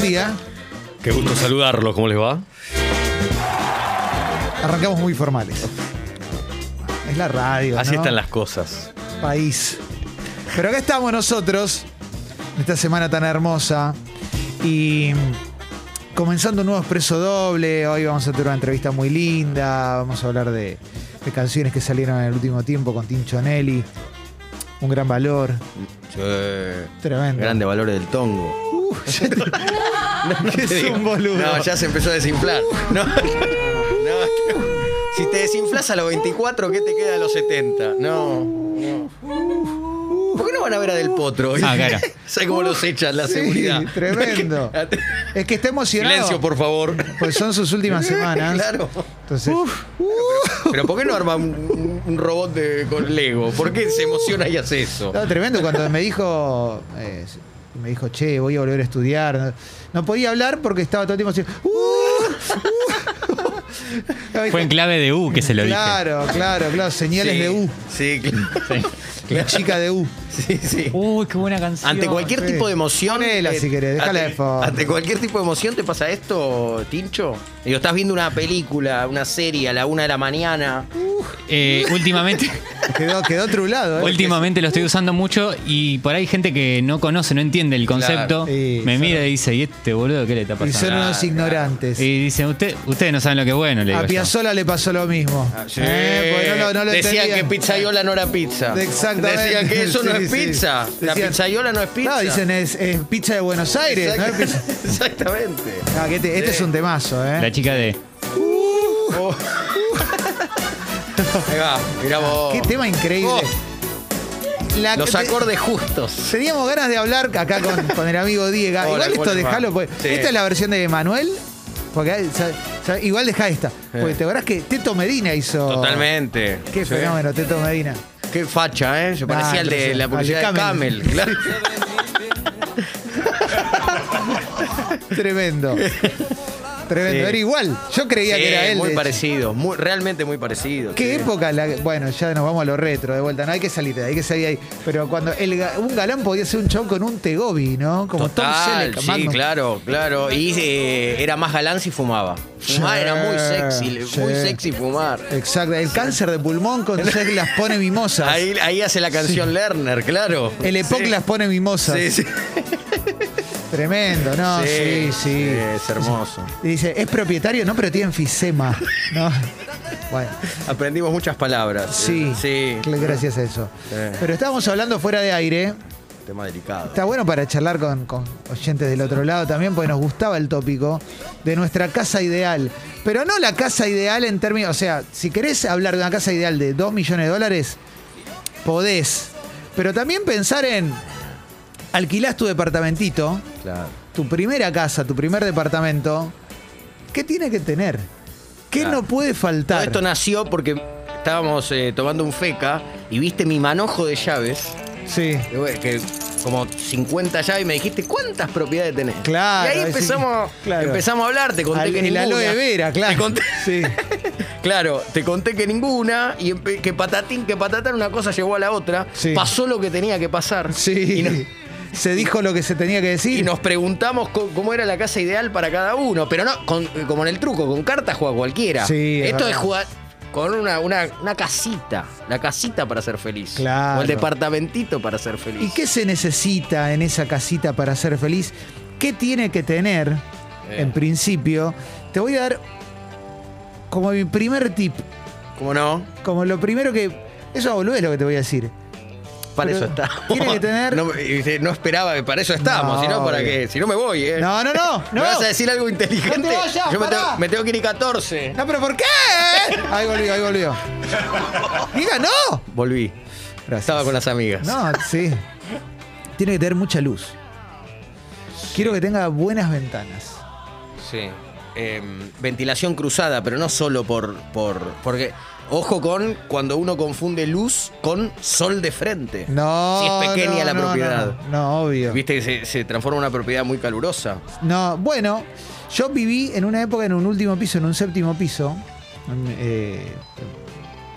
día. Qué gusto saludarlos, ¿cómo les va? Arrancamos muy formales. Es la radio. Así ¿no? están las cosas. país. Pero acá estamos nosotros, en esta semana tan hermosa, y comenzando un nuevo expreso doble. Hoy vamos a tener una entrevista muy linda, vamos a hablar de, de canciones que salieron en el último tiempo con Tinchonelli. Un gran valor, eh, tremendo. Grande valor del tongo. Uh, ya te- es Te digo. un boludo. Uh. No, ya se empezó a desinflar. No, no, no. Si te desinflas a los 24, ¿qué te queda a los 70? No. no. ¿Por qué no van a ver a Del Potro? hoy? Ah, claro. ¿Sabes cómo los echan la Uh. Sí, seguridad? tremendo. Es que está emocionado. Silencio, por favor. Pues son sus últimas semanas. Claro. Entonces, Pero ¿por qué no arma un, un robot de, con Lego? ¿Por qué se emociona y hace eso? Estaba tremendo cuando me dijo. eh, me dijo, che, voy a volver a estudiar. No, no podía hablar porque estaba todo el tiempo así. "Uh, uh". Fue en clave de U que se lo Claro, claro, claro. Señales Sí, de U. Sí, claro. La chica de "Uh". U. Sí, sí. dije. Uy, qué buena canción. Ante cualquier sí. tipo de emoción. eh, Ponela, si querés, déjala de ante, fondo. ante cualquier tipo de emoción te pasa esto, Tincho. Digo, estás viendo una película, una serie a la una de la mañana. Eh, últimamente, Quedó, quedó trulado, ¿eh? últimamente lo estoy usando mucho y por ahí hay gente que no conoce, no entiende el concepto. Claro. Sí, me son- mira y dice, ¿y este boludo qué le está Y son pasando? unos ignorantes. Y dice, Usted, ustedes no saben lo que es bueno, le digo. A yo. Piazzola le pasó lo mismo. Eh, porque no lo- no lo Ah, Decían entendían. que pizzaiola no era pizza. Exactamente. Decían que eso no Sí, es sí. pizza. la Decían- pizzaiola no es pizza. No, dicen es, es pizza de Buenos Aires. ¿no? Exact- Es pizza- Exactamente. Ah, que este, este Sí. es un temazo, ¿eh? La chica de. Oh. Ahí va, mirá vos. Qué tema increíble. La- Oh. Los te- acordes justos. Teníamos ganas de hablar acá con, con el amigo Diego. Hola, igual esto ¿cómo les va? dejalo. Porque Sí. Esta es la versión de Manuel. Porque hay- sa- sa- igual deja esta. Porque te acordás que Teto Medina hizo. Totalmente. Qué Sí. fenómeno, Teto Medina. Qué facha, ¿eh? Se Nah, parecía al de entonces, la al publicidad de de Camel. Camel. claro. Tremendo. Tremendo. Sí. Era igual. Yo creía que Sí, era él. muy de- parecido, muy- realmente muy parecido. ¿Qué sí. época? la- bueno, ya nos vamos a lo retro de vuelta. No hay que salir de ahí, hay que salir de ahí. Pero cuando el ga- un galán podía ser un show con un Tegobi, ¿no? Como Tom Total, Selleck, sí, Magnum. claro, claro. Y eh, era más galán si fumaba. Fumaba Sí, era muy sexy, sí. muy sexy fumar. Exacto. El cáncer de pulmón con Selleck las pone mimosas. Ahí, ahí hace la canción Lerner, claro. El EPOC Sí. las pone mimosas. Sí, sí. Tremendo, ¿no? Ah, Sí, sí. es hermoso. Y dice, es propietario, no, pero tiene enfisema. ¿no? Bueno, Aprendimos muchas palabras. sí, Sí. cl- Gracias a eso. Sí. Pero estábamos hablando fuera de aire. Tema delicado. Está bueno para charlar con, con oyentes del otro lado también, porque nos gustaba el tópico de nuestra casa ideal. Pero no la casa ideal en términos. O sea, si querés hablar de una casa ideal de 2 millones de dólares, podés. Pero también pensar en. Alquilás tu departamentito, Claro. tu primera casa, tu primer departamento. ¿Qué tiene que tener? ¿Qué Claro. no puede Todo faltar? esto nació porque estábamos eh, tomando un feca y viste mi manojo de llaves. sí. Y bueno, que como 50 ya y me dijiste cuántas propiedades tenés. Claro, Y ahí sí, empezamos, claro. empezamos a hablar, te conté Al- que el ninguna. aloe vera, claro. Te conté, Sí. claro, te conté que ninguna y empe- que patatín, que patatán, una cosa llegó a la otra. Sí. Pasó lo que tenía que pasar. Sí. Y, no- se dijo lo que se tenía que decir. y nos preguntamos co- cómo era la casa ideal para cada uno. Pero no, con- eh, como en el truco, con cartas juega cualquiera. Sí, es Esto es verdad. jugar con una, una, una casita. La casita para ser feliz. Claro. O el departamentito para ser feliz. ¿Y qué se necesita en esa casita para ser feliz? ¿Qué tiene que tener Eh. en principio? Te voy a dar como mi primer tip, ¿Cómo no? como lo primero que... Eso boludo es lo que te voy a decir. Para Pero eso estábamos. tiene que tener- No, me- dice, no esperaba, que para eso estábamos. No, si no, para obvio. que. Si no me voy, ¿eh? No, no, no, no. ¿Me vas a decir algo inteligente? No te vayas, Yo me pará. tengo, me tengo que ir a 14. No, pero ¿por qué? Ahí volvió, ahí volvió. Diga, no. Volví. Gracias. Estaba con las amigas. No, sí. Tiene que tener mucha luz. Quiero que tenga buenas ventanas. Sí. Em, ventilación cruzada, pero no solo por, por. Porque. Ojo con cuando uno confunde luz con sol de frente. No. Si es pequeña no, la no, propiedad. No, no, obvio. Viste que se, se transforma en una propiedad muy calurosa. No, bueno, yo viví en una época en un último piso, en un séptimo piso, en, eh,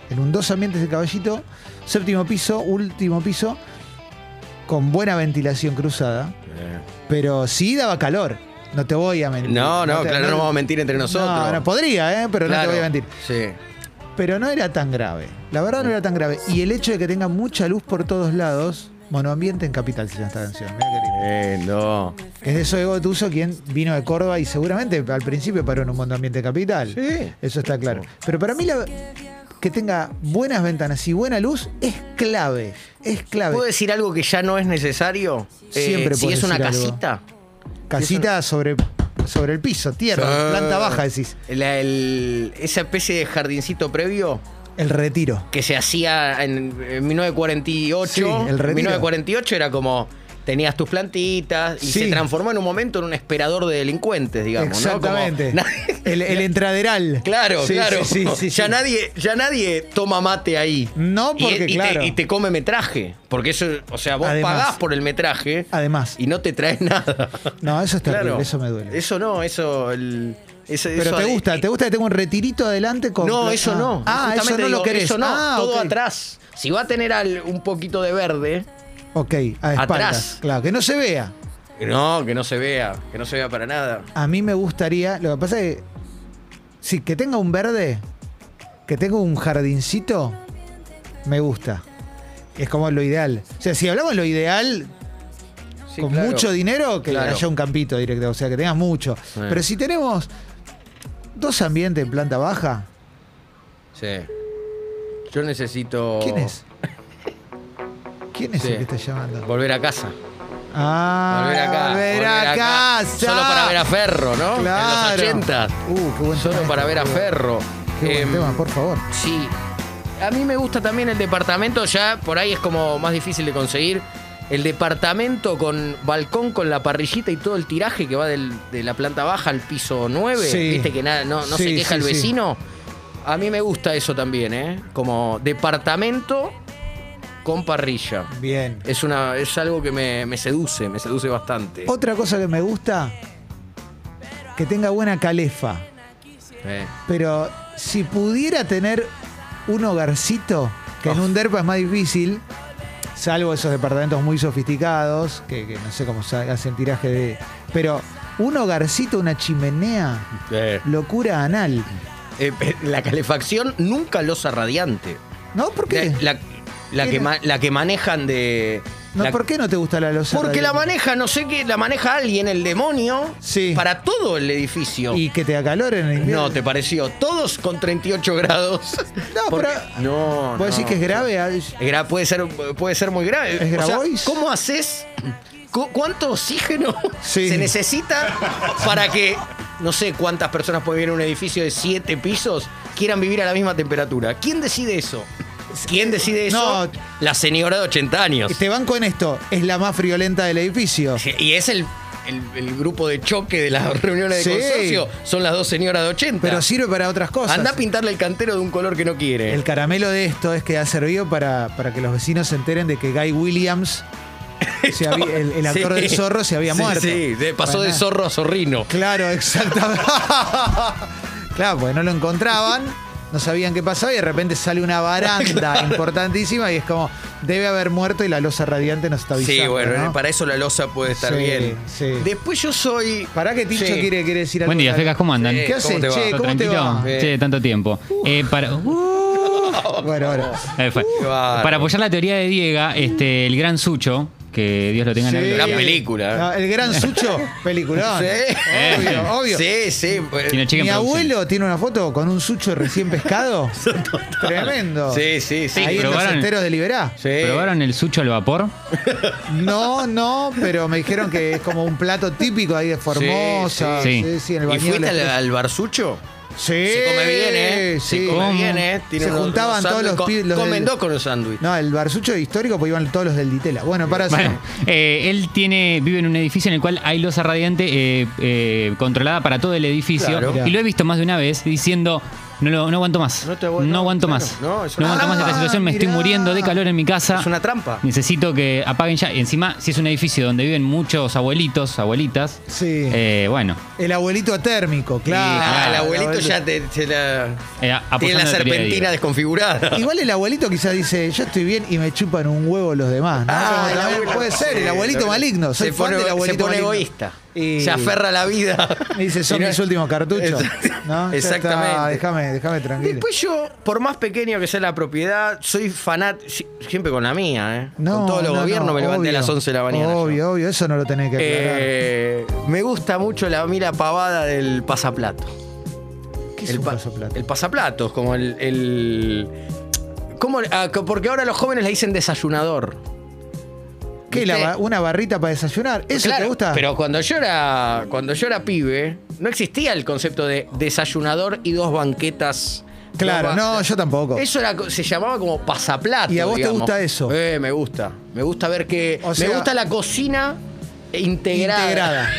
en un dos ambientes de caballito, séptimo piso, último piso, Eh. con buena ventilación cruzada, pero sí daba calor. No te voy a mentir. No, no, te- claro, no, vamos a mentir entre nosotros. No, no, podría, ¿eh? pero no te Claro, voy a mentir. Sí. Pero no era tan grave. La verdad no era tan grave. Y el hecho de que tenga mucha luz por todos lados, monoambiente en Capital se llama esta canción. Mirá qué lindo. Eh, no. Es de Zoe Gotuso, quien vino de Córdoba y seguramente al principio paró en un monoambiente Capital. Sí. Eso está claro. Pero para mí la- que tenga buenas ventanas y buena luz es clave. Es clave. ¿Puedo decir algo que ya no es necesario? Siempre Si podés es una decir algo. casita. Casita sobre, sobre el piso, tierra, Sí. planta baja, decís. la- el- esa especie de jardincito previo El retiro. que se hacía en, en 1948. Sí, el retiro. En 1948 era como. Tenías tus plantitas y Sí. se transformó en un momento en un esperador de delincuentes, digamos. ¿no? Como- Exactamente. Nadie- el, el entraderal. Claro, Sí, claro. sí, sí, sí, ya, sí. Nadie, ya nadie toma mate ahí. No, Y- porque, y, te- claro. y Te, come metraje. Porque eso, o sea, vos Además. pagás por el metraje Además. y no te traes nada. No, eso es terrible, eso me duele. Eso no, eso. el- eso- Pero eso- te gusta, eh, te gusta que tengo un retirito adelante con. No, eso ah. no. Ah, eso no Justamente lo digo, querés. Eso no, ah, todo ok. atrás. Si va a tener al- un poquito de verde. Ok, a espaldas. Atrás. Claro, que no se vea. No, que no se vea, que no se vea para nada. A mí me gustaría. Lo que pasa es que. Sí, que tenga un verde, que tenga un jardincito, me gusta. Es como lo ideal. O sea, si hablamos de lo ideal, Sí, con claro. mucho dinero, que Claro. haya un campito directo, o sea, que tengas mucho. Pero si tenemos dos ambientes en planta baja, Sí. Yo necesito. ¿quién es? ¿Quién es Oh. Sí. el que está llamando? Volver a casa. Ah, Volver acá. volver a casa. Solo para ver a Ferro, ¿no? Claro. En los 80. Uh, qué buen Solo tema para este, ver a boludo. Ferro. Qué buen Em, tema, por favor. Sí. A mí me gusta también el departamento, ya por ahí es como más difícil de conseguir. El departamento con balcón, con la parrillita y todo el tiraje que va del- de la planta baja al piso 9. Sí. Viste que nada, no, no Sí, se queja sí, el sí. vecino. A mí me gusta eso también, ¿eh? Como departamento con parrilla. Bien. Es, una, es algo que me, me seduce, me seduce bastante. Otra cosa que me gusta, que tenga buena calefa. Eh. Pero si pudiera tener un hogarcito, que en un derpa es más difícil, salvo esos departamentos muy sofisticados, que, que no sé cómo sa- hacen tiraje de. Pero un hogarcito, una chimenea, Eh, locura anal. Eh, pe- la calefacción nunca losa radiante. ¿No? ¿Por qué? La, la- la ¿Qué que era? ma- la que manejan de. no, la- ¿Por qué no te gusta la losa? porque la radiante? maneja, no sé qué, la maneja alguien, el demonio, Sí. para todo el edificio. Y que te acaloren en el invierno. no, te pareció. Todos con 38 grados. No, Porque- pero- No, ¿Vos no. decís que es grave? ah, Ay, Es gra- puede, ser, puede ser muy grave. ¿Es Grabois? ¿Cómo haces? cu- ¿Cuánto oxígeno Sí. se necesita para que, no sé cuántas personas pueden vivir en un edificio de siete pisos, quieran vivir a la misma temperatura? ¿Quién decide eso? ¿Quién decide eso? No. Este- La señora de 80 años. Te banco en esto. Es la más friolenta del edificio. Y es el, el- el grupo de choque de las reuniones de Sí. consorcio. Son las dos señoras de 80. Pero sirve para otras cosas. Anda a pintarle el cantero de un color que no quiere. El caramelo de esto es que ha servido para, para que los vecinos se enteren de que Guy Williams, se había- el, el actor Sí. del zorro, se había Sí, muerto. Sí, de- pasó de Bueno, zorro a zorrino. Claro, exactamente. claro, porque no lo encontraban, no sabían qué pasaba y de repente sale una baranda importantísima y es como, debe haber muerto y la losa radiante nos está avisando. Sí, bueno, ¿no? para eso la losa puede estar Sí, bien. sí. Después yo soy. Pará que Tincho Sí. quiere, quiere decir algo. Buen día, Fecas, ¿cómo andan? Sí, ¿Qué haces, ¿cómo te va? che? ¿Todo ¿Cómo te va? Uh. tranquilo? Che, tanto tiempo. Eh, para, Bueno, bueno. Ahí fue. Qué bárbaro. Para apoyar la teoría de Diega, este, el gran Sucho, que Dios lo tenga en Sí. la gloria. Gran película. ¿eh? No, el gran Sucho, peliculón. Sí. Obvio, obvio. Sí, sí. pues, Tiene chica en Mi producción. abuelo tiene una foto con un sucho recién pescado. Tremendo. Sí, sí, sí. Ahí en los probaron. esteros de Liberá. Sí. ¿Probaron el Sucho al vapor? No, no, pero me dijeron que es como un plato típico ahí de Formosa. Sí, Sí, sí. sí, en el ¿Y baño. fuiste al, al barsucho? Sí. Se come bien, ¿eh? Sí. Se come ¿Cómo? bien, ¿eh? Se juntaban todos los sándwiches. pibes, los Comen del- dos con los sándwiches. No, el barsucho histórico, pues iban todos los del Ditela. Bueno, para eso. Bueno, eh, él tiene, vive en un edificio en el cual hay losa radiante eh, eh, controlada para todo el edificio. Claro. Y lo he visto más de una vez diciendo, no, lo- no aguanto más. No No, te aguanto, aguanto claro. más. No, No, es una aguanto más trampa. esta situación, me Mirá. estoy muriendo de calor en mi casa. Es una trampa. Necesito que apaguen ya. Y Encima, si es un edificio donde viven muchos abuelitos, abuelitas, Sí. eh, bueno, El abuelito térmico, claro. Ah, el abuelito ya te, se la. eh, Tiene apoyando la teoría de serpentina Diego. desconfigurada. Igual el abuelito quizás dice, yo estoy bien y me chupan un huevo los demás. ¿no? Ah, Como el también abuelo. puede ser, Sí, el abuelito lo- maligno. Soy se fan pone- del abuelito se pone maligno. egoísta. Y- se aferra a la vida. Me dice, son Y no mis es- últimos cartuchos. Exact- ¿no? Ya Exactamente. está, Déjame, déjame tranquilo. Después yo, por más pequeño que sea la propiedad, soy fanático, siempre con la mía, ¿eh? con todos los no, gobiernos no, me levanté obvio. a las 11 de la mañana. yo. Obvio, obvio, eso no lo tenés que aclarar. Eh, me gusta mucho la mira pavada del pasaplato. ¿Qué es un pa- pasaplato? El pasaplato, es como el... el- ¿Cómo? Ah, co- porque ahora los jóvenes le dicen desayunador. ¿Qué? ¿Viste? la ba- ¿Una barrita para desayunar? ¿Eso Claro, te gusta? Pero cuando yo era cuando yo era pibe, no existía el concepto de desayunador y dos banquetas. Claro, Dos ba- no, yo tampoco. Eso era co- se llamaba como pasaplato. ¿Y a vos te digamos. gusta eso? Eh, me gusta. Me gusta ver que O sea- me gusta la cocina integrada. integrada.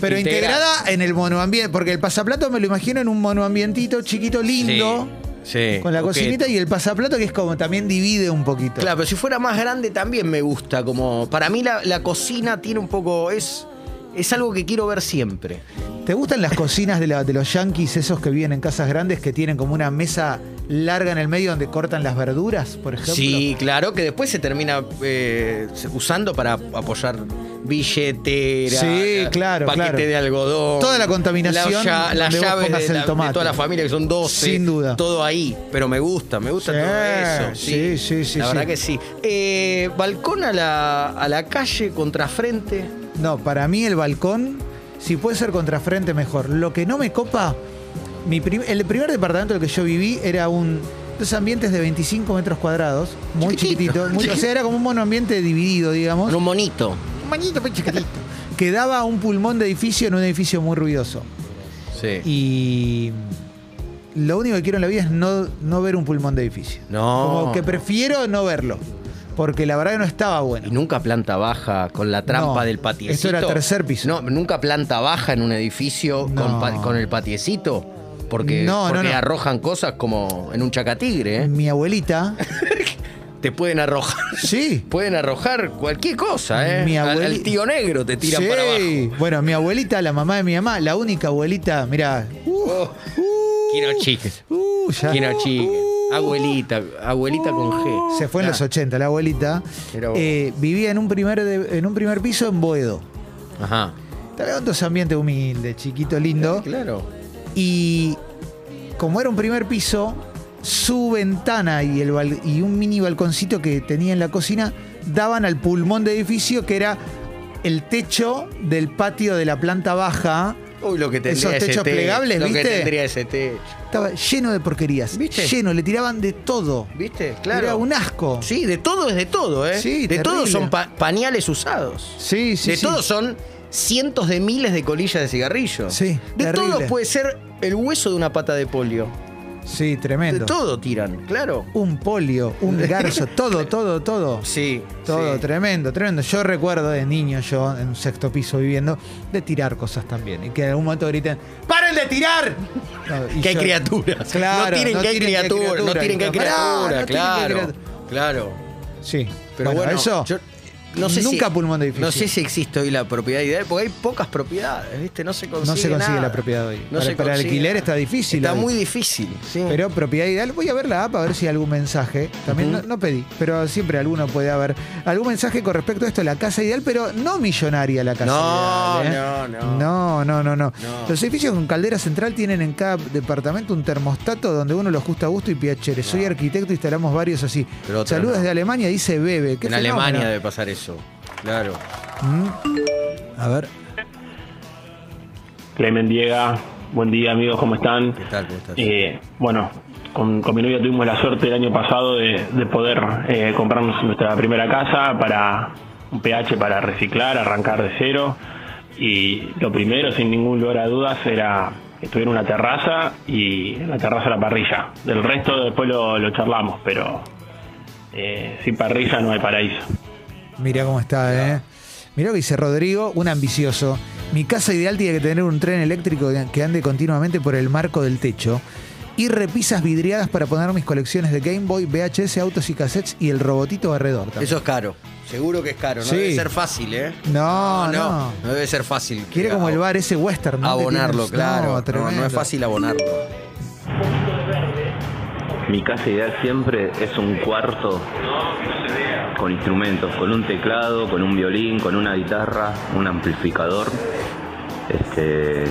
Pero integrada. Integrada. en el monoambiente, porque el pasaplato me lo imagino en un monoambientito chiquito, lindo, Sí. Eh, con la Ok. cocinita y el pasaplato que es como también divide un poquito. Claro, pero si fuera más grande también me gusta. Como para mí la, la cocina tiene un poco es es algo que quiero ver siempre. ¿Te gustan las cocinas de, la- de los yanquis, esos que viven en casas grandes, que tienen como una mesa larga en el medio donde cortan las verduras, por ejemplo? Sí, claro, que después se termina eh, se- usando para apoyar billetera, Sí, eh, claro, paquete claro. de algodón. Toda la contaminación La, olla- la donde vos llave pongas de, el la- de tomate. toda la familia, que son 12. Sin duda. Todo ahí. Pero me gusta, me gusta Sí, todo eso. sí, Sí, sí, sí, La sí. verdad que sí. Eh, balcón a la, a la calle, contrafrente. No, para mí el balcón, si puede ser contrafrente, mejor. Lo que no me copa, mi prim- el primer departamento en el que yo viví era un. Dos ambientes de 25 metros cuadrados, muy chiquitito. Chiquitito. muy- o sea, era como un monoambiente dividido, digamos. Con un monito. Un bañito muy pues, chiquitito. Que daba a un pulmón de edificio en un edificio muy ruidoso. Sí. Y lo único que quiero en la vida es no, no ver un pulmón de edificio. No. Como que prefiero no verlo. Porque la verdad que no estaba bueno. Y nunca planta baja con la trampa No, del esto patiecito. era tercer piso. No, nunca planta baja en un edificio No. con, pa- con el patiecito. Porque, No, no, porque no. arrojan cosas como en un chacatigre. ¿eh? Mi abuelita. Mm. Te pueden arrojar. sí. Pueden arrojar cualquier cosa, ¿eh? Mi Al- abueli- al, tío negro te tiran sí. para abajo. Bueno, mi abuelita, la mamá de mi mamá, la única abuelita, Uh, mira. Oh, quiero chiques. uh, Quiero chiques. Abuelita, abuelita con G. Se fue en Nah. los 80, la abuelita. Mira vos. Eh, vivía en un primer de- en un primer piso en Boedo. Ajá. Estaba en dos ambiente humilde, chiquito, lindo. Eh, Claro. Y como era un primer piso, su ventana y, el bal- y un mini balconcito que tenía en la cocina daban al pulmón de edificio que era el techo del patio de la planta baja. Uy, lo que tendría Esos ese techos techo, plegables, lo ¿viste? que tendría ese techo. Estaba lleno de porquerías. ¿Viste? Lleno, le tiraban de todo. ¿Viste? Claro. Era un asco. Sí, de todo es de todo, ¿eh? Sí, de terrible. todo son pa- pañales usados. sí, sí. de sí. todo son cientos de miles de colillas de cigarrillo. Sí, De terrible. todo puede ser el hueso de una pata de polio. Sí, tremendo. De todo tiran, claro. Un polio, un garzo, todo, todo, todo. Sí. Todo, sí. tremendo, tremendo. Yo recuerdo de niño, yo en un sexto piso viviendo, de tirar cosas también. Y que en algún momento griten, ¡paren de tirar! No, y Que hay yo- criaturas. Claro, no tiren que hay criaturas. No tiren que hay Pará, no criaturas, tiren que hay claro. criatura. Claro. Sí, Pero bueno, eso. yo no sé nunca si- pulmón de edificio. No sé si existe hoy la propiedad ideal, porque hay pocas propiedades, ¿viste? No se consigue. no se consigue nada. la propiedad hoy. No para para se el consigue alquiler nada. está difícil. Está hoy. muy difícil, sí. Pero propiedad ideal, voy a ver la app a ver si hay algún mensaje. También Ujú. no, no pedí, pero siempre alguno puede haber. Algún mensaje con respecto a esto, la casa ideal, pero no millonaria la casa No, ideal. ¿eh? no, no. No, no, no, no. No. Los edificios con caldera central tienen en cada departamento un termostato donde uno los gusta a gusto y piachere. Soy arquitecto, instalamos varios así. Pero otro Saludos no. de Alemania, dice Bebe. Qué en fenómeno. Alemania debe pasar eso. Claro. A ver. Clemen Diega, buen día amigos, ¿cómo están? ¿Qué tal? ¿Cómo estás? Eh, bueno, con, con mi novia tuvimos la suerte el año pasado de, de poder eh, comprarnos nuestra primera casa para un PH para reciclar, arrancar de cero. Y lo primero, sin ningún lugar a dudas, era que tuviera una terraza y en la terraza la parrilla. Del resto después lo, lo charlamos, pero eh, sin parrilla no hay paraíso. Mirá cómo está, ¿eh? Mirá lo que dice Rodrigo, un ambicioso. Mi casa ideal tiene que tener un tren eléctrico que ande continuamente por el marco del techo. Y repisas vidriadas para poner mis colecciones de Game Boy, VHS, autos y cassettes y el robotito barredor también. Eso es caro. Seguro que es caro. No Sí. debe ser fácil, ¿eh? No, no. no. No debe ser fácil. Quiere como el bar ese western. ¿no? Que Abonarlo, tiene- No, claro. No, no tremendo. es fácil abonarlo. Mi casa ideal siempre es un cuarto con instrumentos, con un teclado, con un violín, con una guitarra, un amplificador este,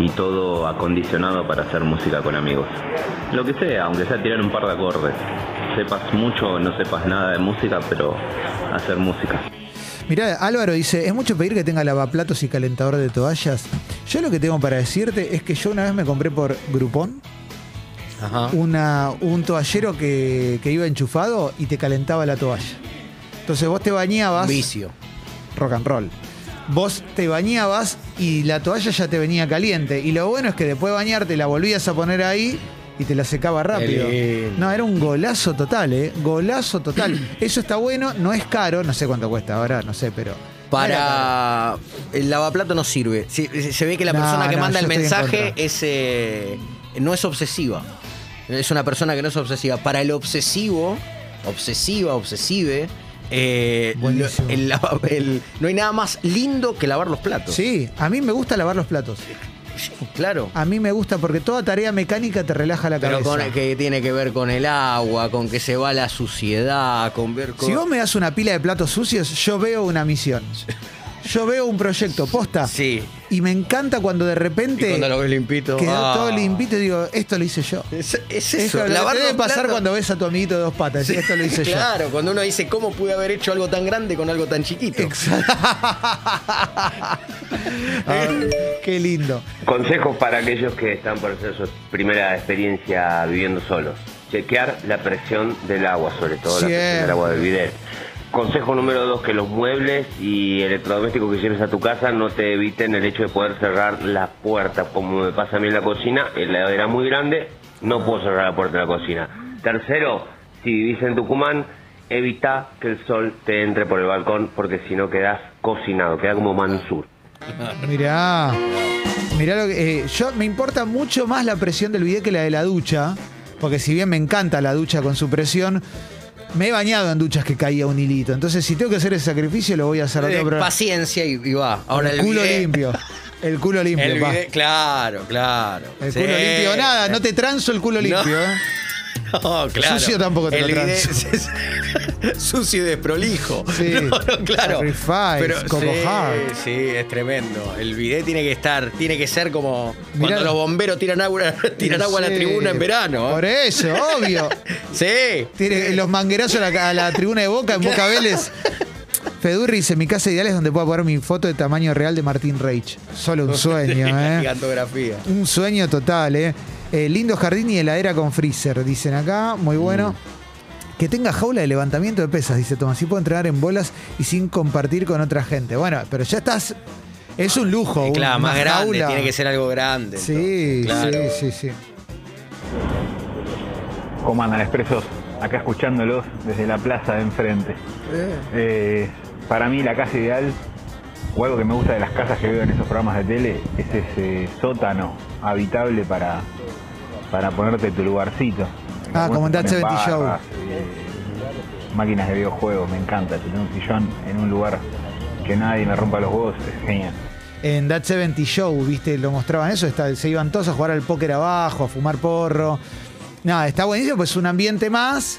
y todo acondicionado para hacer música con amigos. Lo que sea, aunque sea tirar un par de acordes. Sepas mucho o no sepas nada de música, pero hacer música. Mirá, Álvaro dice, es mucho pedir que tenga lavaplatos y calentador de toallas. Yo lo que tengo para decirte es que yo una vez me compré por Groupon Ajá. una, un toallero que, que iba enchufado y te calentaba la toalla. Entonces vos te bañabas, Vicio. rock and roll. Vos te bañabas y la toalla ya te venía caliente. Y lo bueno es que después de bañarte la volvías a poner ahí y te la secaba rápido. lindo. No, era un golazo total, ¿eh? Golazo total. Eso está bueno, no es caro, no sé cuánto cuesta ahora, no sé, pero... no era caro. Para. El lavaplato no sirve. Sí, Se, se ve que la No, persona que no, manda yo el estoy en mensaje contra. es, eh, no es obsesiva. Es una persona que no es obsesiva. Para el obsesivo, obsesiva, obsesive, eh, lo- Buenísimo. el lava- el- no hay nada más lindo que lavar los platos. Sí, a mí me gusta lavar los platos. Claro. A mí me gusta porque toda tarea mecánica te relaja la Pero cabeza. con, que tiene que ver con el agua, con que se va la suciedad, con ver con- Si vos me das una pila de platos sucios, yo veo una misión. Yo veo un proyecto, posta. Sí. Y me encanta cuando de repente Y cuando lo ves limpito. quedó ah. todo limpito y digo, esto lo hice yo. Es, es Es eso. lo que lavar te debe los pasar platos. cuando ves a tu amiguito de dos patas. Sí, Esto lo hice Claro, cuando uno dice, ¿cómo pude haber hecho algo tan grande con algo tan chiquito? yo. Exacto. Ah, qué lindo. Consejos para aquellos que están por hacer su primera experiencia viviendo solos. Chequear la presión del agua, sobre todo la presión del Siempre. agua del bidet. Consejo número dos, que los muebles y electrodomésticos que lleves a tu casa no te eviten el hecho de poder cerrar la puerta. Como me pasa a mí en la cocina, la era muy grande, no puedo cerrar la puerta de la cocina. Tercero, si vivís en Tucumán, evita que el sol te entre por el balcón porque si no quedás cocinado, queda como Mansur. Mirá. Mirá lo que. eh, yo me importa mucho más la presión del bidet que la de la ducha. Porque si bien me encanta la ducha con su presión, me he bañado en duchas que caía un hilito. Entonces, si tengo que hacer el sacrificio, lo voy a hacer a Eh, otro programa. Paciencia y, y va. Ahora el, el culo bidet- limpio. El culo limpio, El pa. bidet- claro, claro. El Sí. culo limpio, nada, no te transo el culo No. limpio. ¿eh? No, claro. Sucio tampoco te El lo bidet- transo. Sucio y desprolijo. Sí. No, no, claro. Sacrifice, Coco sí, Hard. sí, es tremendo. El bidet tiene que estar, tiene que ser como Mirá. cuando los bomberos tiran agua, tiran agua a la Sí. tribuna en verano. ¿eh? Por eso, obvio. Sí. Tiene los manguerazos a la, a la tribuna de Boca, en Boca Vélez. Fedurri dice, mi casa ideal es donde pueda poner mi foto de tamaño real de Martín Reich. Solo un sueño, La ¿eh? Gigantografía. Un sueño total, ¿eh? Eh, Lindo jardín y heladera con freezer, dicen acá. Muy bueno. Mm. Que tenga jaula de levantamiento de pesas, dice Tomás. Y puedo entrenar en bolas y sin compartir con otra gente. Bueno, pero ya estás... Es un lujo. Y Eh, claro, una más grande, jaula. tiene que ser algo grande. Sí, entonces, claro. sí, sí, sí. ¿Cómo andan, expresos? Acá escuchándolos desde la plaza de enfrente. Eh, para mí la casa ideal, o algo que me gusta de las casas que veo en esos programas de tele, es ese sótano habitable para, para ponerte tu lugarcito. Ah, como en Algunos Dutch ponen 70 Show. barras, eh, máquinas de videojuegos, me encanta. Tener un sillón en un lugar que nadie me rompa los huevos es genial. En That 70 Show, viste, lo mostraban eso, está- se iban todos a jugar al póker abajo, a fumar porro. Nada, está buenísimo, pues un ambiente más,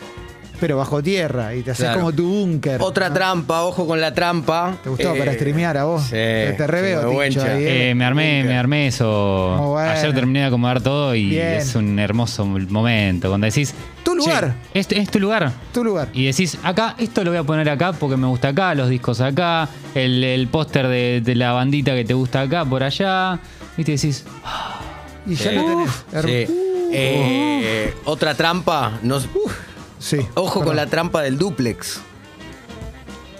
pero bajo tierra, y te haces Claro. como tu búnker. Otra ¿no? trampa, ojo con la trampa. ¿Te gustó Eh, para streamear a vos? sí, Te- te reveo, sí, muy buen Tincho, chat. ahí, Eh, me armé, me armé eso. Muy bueno. Ayer terminé de acomodar todo y Bien. es un hermoso momento. Cuando decís. Tu "Che, lugar". este es tu lugar. Tu lugar. Y decís, acá, esto lo voy a poner acá porque me gusta acá, los discos acá, el, el póster de, de la bandita que te gusta acá, por allá. Viste, decís, Y ya lo tenés. Uh, Sí. Her- Eh, otra trampa, no- Sí, Uh, ojo perdón. con la trampa del duplex.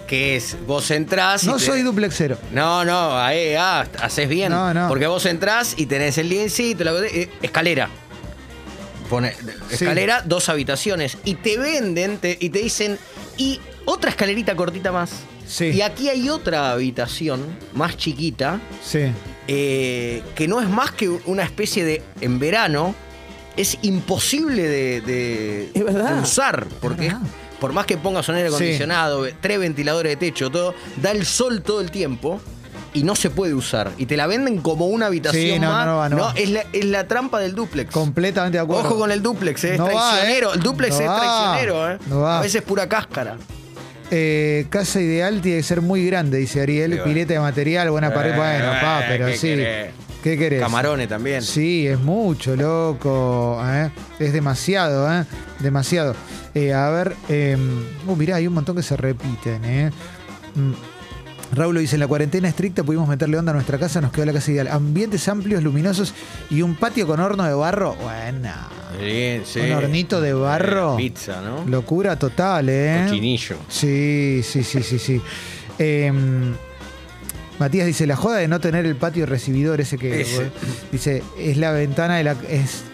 Que es, vos entrás. y No te- soy duplexero. No, no, ahí, ah, haces bien. No, no. Porque vos entrás y tenés el liencito, la cosa- eh, escalera. Pone, escalera, dos habitaciones. Y te venden te- y te dicen, y otra escalerita cortita más. Sí. Y aquí hay otra habitación más chiquita, Sí. eh, que no es más que una especie de, en verano, es imposible de, de- Es verdad. de usar. Porque Es verdad. por más que pongas un aire Sí. acondicionado, ve- tres ventiladores de techo, todo, da el sol todo el tiempo y no se puede usar. Y te la venden como una habitación Sí, no, más. no va, no va. es, la, es la trampa del duplex. Completamente de acuerdo. Ojo con el duplex, eh, es No va, traicionero. eh. El duplex No es va. traicionero, eh. No va. A veces es pura cáscara. eh, casa ideal tiene que ser muy grande, dice Ariel. Sí, bueno. Pileta de material, buena pared. Eh, Bueno, pa, eh, pero ¿qué sí. querés? ¿Qué querés? Camarones también. Sí, es mucho, loco. ¿eh? Es demasiado, ¿eh? Demasiado. Eh, a ver, eh, uh, mirá, hay un montón que se repiten, ¿eh? Mm. Raúl lo dice, en la cuarentena estricta pudimos meterle onda a nuestra casa, nos quedó la casa ideal. Ambientes amplios, luminosos y un patio con horno de barro. Bueno, Sí, sí. un Eh, hornito de barro. Pizza, ¿no? Locura total, ¿eh? Cochinillo. Sí, sí, sí, sí, sí. Eh, Matías dice, la joda de no tener el patio recibidor ese que... Ese. Dice, es la ventana de la... Es,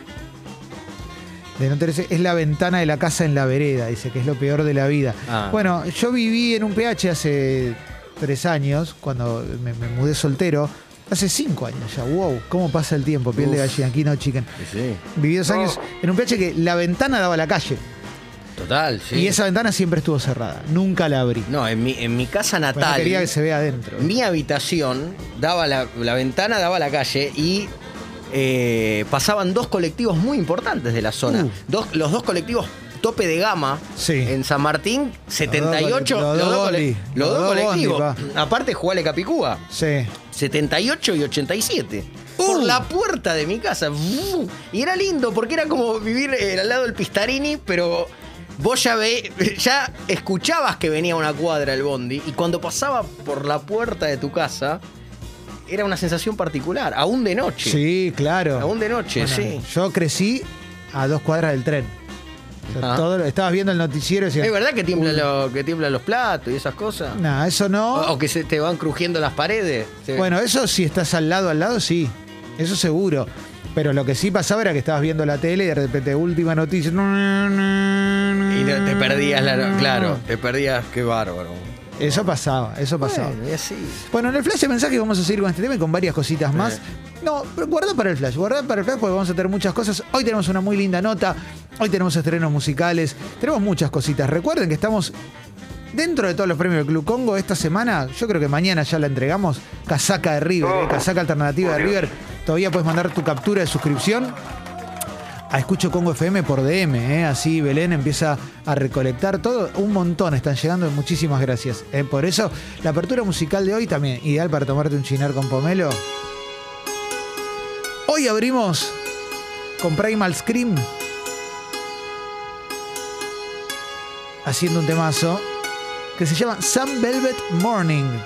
de no tener ese- es la ventana de la casa en la vereda, dice, que es lo peor de la vida. Ah. Bueno, yo viví en un PH hace tres años, cuando me, me mudé soltero. Hace cinco años ya, wow, cómo pasa el tiempo, piel de Uf. gallina, aquí no chicken. Sí, Viví dos años en un PH que la ventana daba a la calle. total, sí. Y esa ventana siempre estuvo cerrada, nunca la abrí. No, en mi, en mi casa Porque Pues no natal, quería que se vea adentro. mi habitación daba la, la ventana, daba la calle y eh, pasaban dos colectivos muy importantes de la zona. Uh. Dos, los dos colectivos tope de gama Sí. en San Martín, 78, los los, dos dos, cole- bondi, los los dos dos colectivos. bondi, Aparte, jugale Capicúa. Sí. 78 y 87. Por la puerta de mi casa. ¡Bú! Y era lindo porque era como vivir eh, al lado del Pistarini, pero vos ya, ve, ya escuchabas que venía una cuadra el bondi y cuando pasaba por la puerta de tu casa era una sensación particular, aún de noche. Sí, claro. Aún de noche, Bueno, sí. Yo crecí a dos cuadras del tren. O sea, Ah. todo lo- estabas viendo el noticiero y decías, ¿Es verdad que tiemblan que tiemblan los platos y esas cosas? nah, eso O, Uh. no. o que se te van crujiendo las paredes. Se- Bueno, eso si estás al lado, al lado, sí. Eso seguro. Pero lo que sí pasaba era que estabas viendo la tele y de repente última noticia. Y Y te te te perdías la no- Claro, te perdías. Qué bárbaro. Eso pasaba, eso pasaba. Bueno, y así. Bueno, en el flash de mensaje vamos a seguir con este tema y con varias cositas más. No, pero guarda para el flash, guarda para el flash porque vamos a tener muchas cosas. Hoy tenemos una muy linda nota, hoy tenemos estrenos musicales, tenemos muchas cositas. Recuerden que estamos dentro de todos los premios del Club Congo esta semana. Yo creo que mañana ya la entregamos. Casaca de River, eh, casaca alternativa de River. Todavía puedes mandar tu captura de suscripción a Escucho Congo FM por DM, ¿eh? así Belén empieza a recolectar todo, un montón están llegando, muchísimas gracias. ¿eh? Por eso, la apertura musical de hoy también, ideal para tomarte un chinar con pomelo. Hoy abrimos con Primal Scream, haciendo un temazo que se llama Sun Velvet Morning.